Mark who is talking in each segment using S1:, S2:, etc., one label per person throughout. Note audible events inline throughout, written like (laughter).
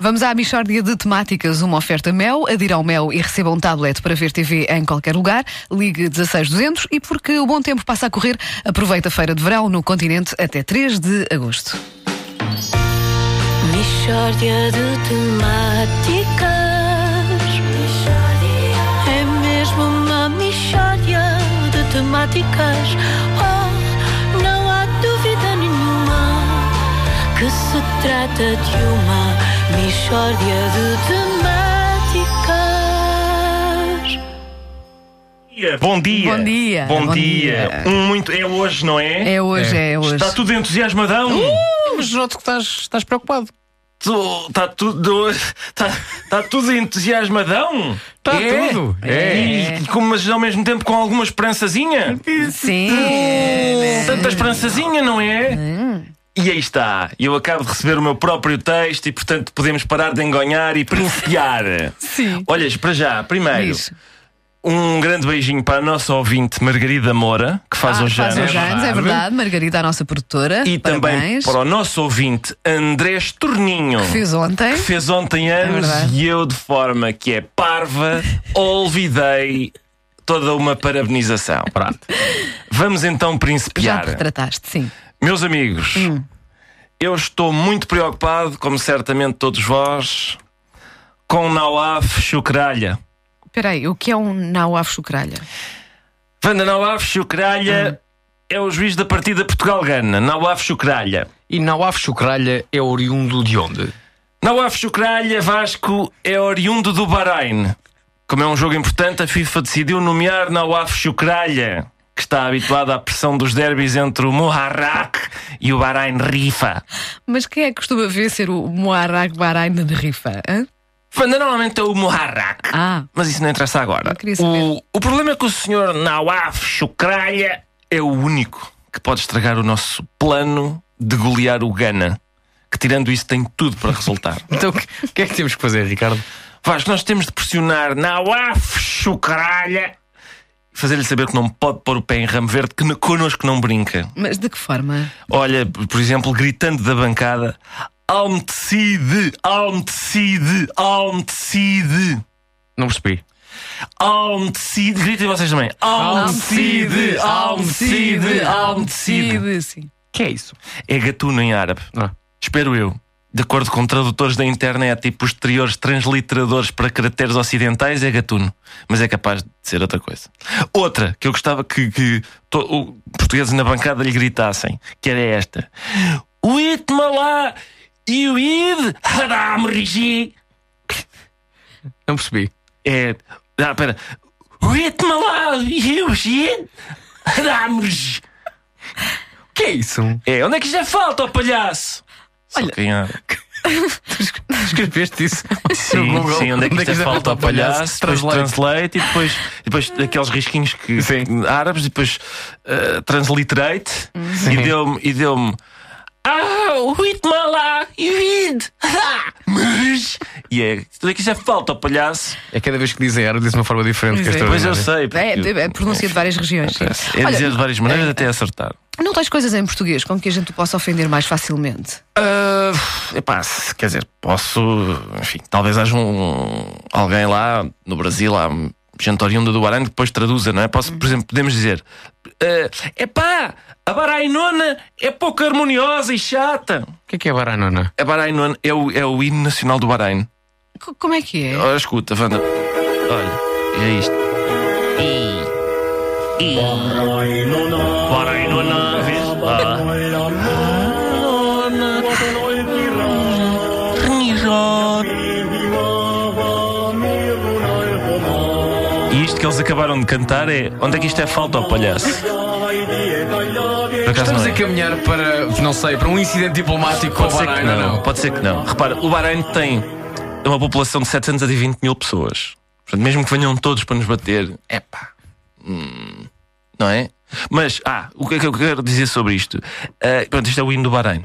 S1: Vamos à Michórdia de Temáticas, uma oferta Mel. Adira ao Mel e receba um tablet para ver TV em qualquer lugar. Ligue 16200 e porque o bom tempo passa a correr, aproveita a feira de verão no continente até 3 de agosto.
S2: Mishória de temáticas É mesmo uma mishória de temáticas Oh, não há dúvida nenhuma Que se trata de uma mishória de temáticas
S3: Bom dia.
S1: Bom dia.
S3: Bom,
S1: Bom
S3: dia.
S1: dia.
S3: Um muito é hoje, não é?
S1: É hoje, é, hoje. Uh!
S3: Está tudo entusiasmadão.
S4: Mas noto que estás, estás preocupado.
S3: Tu- Está tudo está, está tudo entusiasmadão.
S1: Tá
S3: É?
S4: Está tudo.
S3: E,
S1: É.
S3: e com- mas ao mesmo tempo com alguma esperançazinha.
S1: Sim. né?
S3: Tanta esperançazinha, não é?
S1: Hum.
S3: E aí está. Eu acabo de receber o meu próprio texto e portanto podemos parar de enganhar e pronunciar.
S1: (laughs) Sim.
S3: Olhas para já, primeiro.
S1: Diz.
S3: Um grande beijinho para a nossa ouvinte Margarida Moura, que faz
S1: Ah,
S3: hoje
S1: faz
S3: anos.
S1: hoje anos, é verdade. Margarida, a nossa produtora.
S3: E também
S1: Parabéns.
S3: para o nosso ouvinte Andrés Torninho.
S1: Fez ontem.
S3: que Fez ontem anos
S1: verdade.
S3: e eu, de forma que é parva, olvidei toda uma parabenização. Pronto. Vamos então
S1: Já Hum. te
S3: principiar.
S1: retrataste, sim.
S3: Meus amigos, eu estou muito preocupado, como certamente todos vós, com Nauaf Chukralha.
S1: Espera aí, o que é um Nauaf Chucralha?
S3: Vanda Nauaf Chukralha é o juiz da partida Portugal-Gana. Nauaf Chukralha.
S4: E Nauaf Chucralha é oriundo de onde?
S3: Nawaf Chukralha Vasco é oriundo do Bahrein. Como é um jogo importante, a FIFA decidiu nomear Nawaf Chukralha, que está habituado à pressão dos derbys entre o Moharrak e o Bahrein Rifa.
S1: Mas quem é que costuma ver ser o Moarag Bahrein de Rifa? hã?
S3: Fanda normalmente é o Moharrak.
S1: Ah.
S3: Mas isso não interessa agora.
S1: Eu queria saber.
S3: O, o problema é que o senhor Nawaf Chukralha é o único que pode estragar o nosso plano de golear o Ghana. Que tirando isso tem tudo para
S1: (laughs)
S3: resultar.
S4: Então o que, o que é que temos que fazer, Ricardo?
S3: Vasco, nós temos de pressionar na UAF, chucaralha. Fazer-lhe saber que não pode pôr o pé em ramo verde, que no- connosco não brinca.
S1: Mas de que forma?
S3: Olha, p- por exemplo, gritando da bancada: Almecide, Almecide, Almecide,
S4: Não percebi.
S3: Almecide. Gritem vocês também: Almecide, Almecide, Almecide.
S1: Almecide, sim.
S4: que é isso?
S3: É gatuno em árabe.
S4: Ah.
S3: Espero eu. De acordo com tradutores da internet e posteriores transliteradores para caracteres ocidentais, é gatuno. Mas é capaz de ser outra coisa. Outra que eu gostava que, que to- o- portugueses na bancada lhe gritassem, que era esta: Uitmalá e o Id Haram Rigi.
S4: Não percebi.
S3: É. Ah, pera. Uitmalá e o Id Haram Rigi.
S4: O que é isso?
S3: É, onde é que já falta, ó palhaço? Só
S1: Olha,
S3: quem há-
S4: Escreveste isso?
S3: (laughs) Sim, sim, onde é que isto é falta ao palhaço, depois
S4: Translate.
S3: translate e depois, depois aqueles risquinhos que,
S4: Sim.
S3: que- árabes, e depois eh, transliterate e
S4: Sim.
S3: deu-me e deu-me Ah, Uitmalá, Yuid, ah, (laughs) mas e é, tudo é que isso é falta ao palhaço.
S4: É cada vez que dizem árabe diz uma forma diferente. que é
S1: Pois é.
S3: Pois eu
S4: extraordinária.
S3: sei,
S1: É,
S3: porque-
S1: é pronúncia de várias regiões. sim.
S3: é
S1: Olha, eh,
S3: dizer de várias maneiras até acertar.
S1: não tens coisas em português com que a gente possa ofender mais facilmente?
S3: Ah, epá, se- quer dizer, posso. Enfim, talvez haja um, alguém lá no Brasil, há gente oriunda do Bahrein que depois traduza, não é? Posso, por exemplo, podemos dizer: ah, Epá, a Bahrainona é pouco harmoniosa e chata.
S4: O que é que é baranona?
S3: A Bahrainona é o, é o hino nacional do Bahrein.
S1: Co- como é que é?
S3: Ora, escuta, Wanda. Olha, é isto. Bahrainona, vês lá. E isto que eles acabaram de cantar é Onde é que isto é falta ao palhaço? Por acaso
S4: Estamos
S3: não é?
S4: a caminhar para, não sei, para um incidente diplomático com o
S3: Pode ser que
S4: Bahrein, ou
S3: não.
S4: não?
S3: Pode ser que não. Repara, o Bahrein tem uma população de 720 mil pessoas. Portanto, mesmo que venham todos para nos bater, é pá. não é? Mas, ah, o que é que eu quero dizer sobre isto? Ah, pronto, isto é o hino do Bahrein.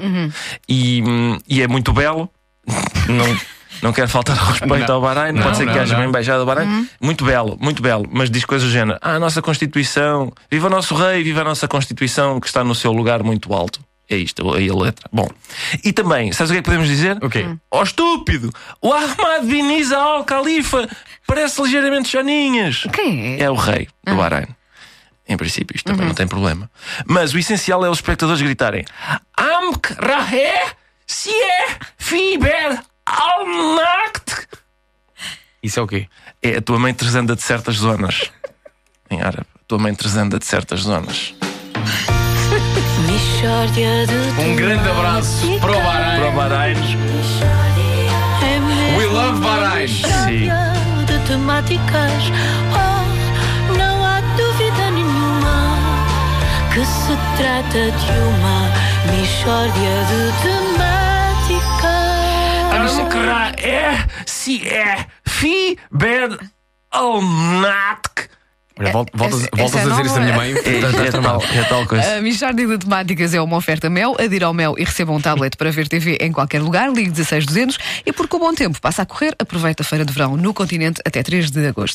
S3: E, hum, e é muito belo. (laughs) Não, não quero faltar ao respeito
S4: Não.
S3: ao Bahrein.
S4: Não,
S3: Pode ser que
S4: não,
S3: haja
S4: não.
S3: uma embaixada do Bahrein. Muito belo, muito belo. Mas diz coisas do género. Ah, a nossa Constituição. Viva o nosso rei, viva a nossa Constituição que está no seu lugar muito alto. É isto, aí a letra. Bom, e também, sabes o que é que podemos dizer?
S4: O quê?
S3: Ó estúpido! O Ahmad bin Isa al Khalifa parece ligeiramente Joninhas.
S1: Quem é?
S3: É o rei do Bahrein. Em princípio, isto também não tem problema. Mas o essencial é os espectadores gritarem: Amk Rahe Sie Fiber Alnakt.
S4: Isso é o quê?
S3: É a tua mãe tresanda de certas zonas. Em árabe, a tua mãe tresanda de certas zonas.
S2: Mishória de
S4: Um grande abraço para o Bahrein.
S3: Para o Bahrein,
S4: We love Bahrein.
S3: Sim.
S2: de temáticas. Oh, não há dúvida nenhuma que se trata de uma mixórdia de temáticas.
S3: Amk Rahe Sie Fiber Alnakt.
S4: Olha, vol- voltas,
S1: essa-
S4: voltas
S1: essa é
S4: a dizer isso
S1: nova.
S4: à minha mãe.
S3: É, é, tal, é tal coisa.
S1: A Michardia de Temáticas é uma oferta Mel. Adira ao Mel e receba um tablet para ver TV em qualquer lugar. Ligue 16200 e porque o bom tempo passa a correr, aproveita a feira de verão no continente até 3 de agosto.